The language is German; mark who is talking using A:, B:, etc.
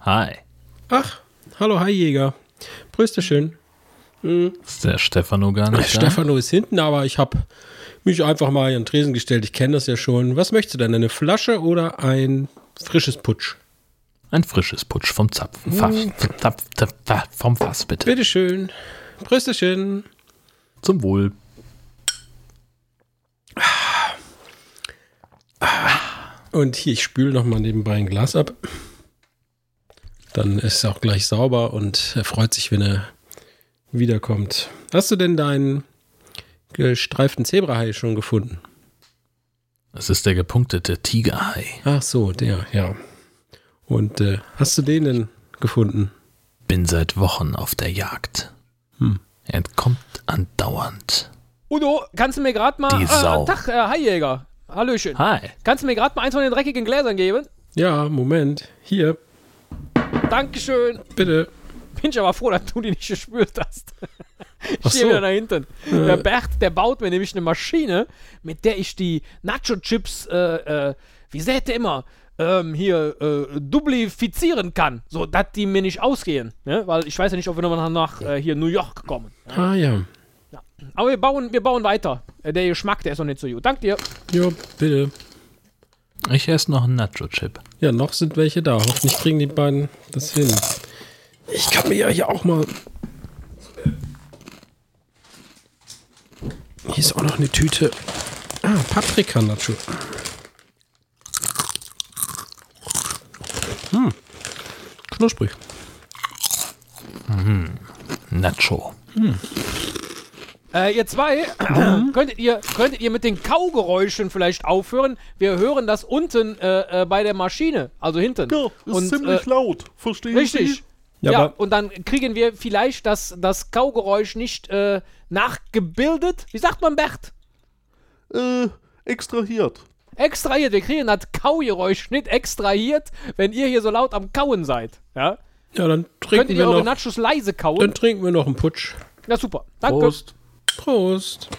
A: Hi.
B: Ach, hallo, hi Jäger. Brüste schön. Hm.
A: Ist der Stefano gar nicht
B: Stefano ist hinten, aber ich habe mich einfach mal an den Tresen gestellt. Ich kenne das ja schon. Was möchtest du denn? Eine Flasche oder ein frisches Putsch?
A: da? Ein frisches Putsch vom Zapf, Pfaff, Zapf, Zapf, Zapf, vom Fass, bitte.
B: Bitte schön. Brüste schön.
A: Zum Wohl.
B: Und hier, ich spüle nochmal nebenbei ein Glas ab. Dann ist es auch gleich sauber und er freut sich, wenn er wiederkommt. Hast du denn deinen gestreiften Zebrahai schon gefunden?
A: Es ist der gepunktete Tigerhai.
B: Ach so, der, ja. Und äh, hast du den denn gefunden?
A: Bin seit Wochen auf der Jagd. Er entkommt andauernd.
C: Udo, kannst du mir gerade mal.
A: Die Sau.
C: Ah, Tag, äh, Hi Jäger. Hallöchen.
A: Hi.
C: Kannst du mir gerade mal eins von den dreckigen Gläsern geben?
B: Ja, Moment. Hier,
C: Dankeschön.
B: bitte.
C: Bin ich aber froh, dass du die nicht gespürt hast. Ich
B: Ach
C: stehe
B: so.
C: wieder nach hinten. Der Bert, der baut mir nämlich eine Maschine, mit der ich die Nacho-Chips, äh, äh, wie sät der immer, ähm, hier äh, duplifizieren kann, sodass die mir nicht ausgehen. Ne? Weil ich weiß ja nicht, ob wir nochmal nach äh, hier New York kommen.
B: Ah ja.
C: Aber wir bauen, wir bauen weiter. Äh, Der Geschmack, der ist noch nicht so gut. Dank dir.
B: Jo, bitte.
A: Ich esse noch einen Nacho-Chip.
B: Ja, noch sind welche da. Hoffentlich kriegen die beiden das hin. Ich kann mir ja hier auch mal. Hier ist auch noch eine Tüte. Ah, Paprika Nacho. Hm. Hm. Knusprig.
A: Nacho.
C: Äh, ihr zwei,
D: Mhm.
C: könntet ihr, könntet ihr mit den Kaugeräuschen vielleicht aufhören? Wir hören das unten äh, äh, bei der Maschine, also hinten.
D: Ja, ist
C: Und,
D: ziemlich
C: äh,
D: laut. Verstehen
C: Richtig.
D: Sie?
B: Ja,
C: Ja,
B: aber-
C: und dann kriegen wir vielleicht das, das Kaugeräusch nicht äh, nachgebildet. Wie sagt man, Bert?
D: Äh, extrahiert.
C: Extrahiert. Wir kriegen das Kaugeräusch nicht extrahiert, wenn ihr hier so laut am Kauen seid. Ja?
B: Ja, dann trinken
C: Könntet
B: wir
C: ihr eure
B: noch.
C: Nachos leise kauen?
B: Dann trinken wir noch einen Putsch.
C: Na super. Danke.
D: Prost.
B: Prost.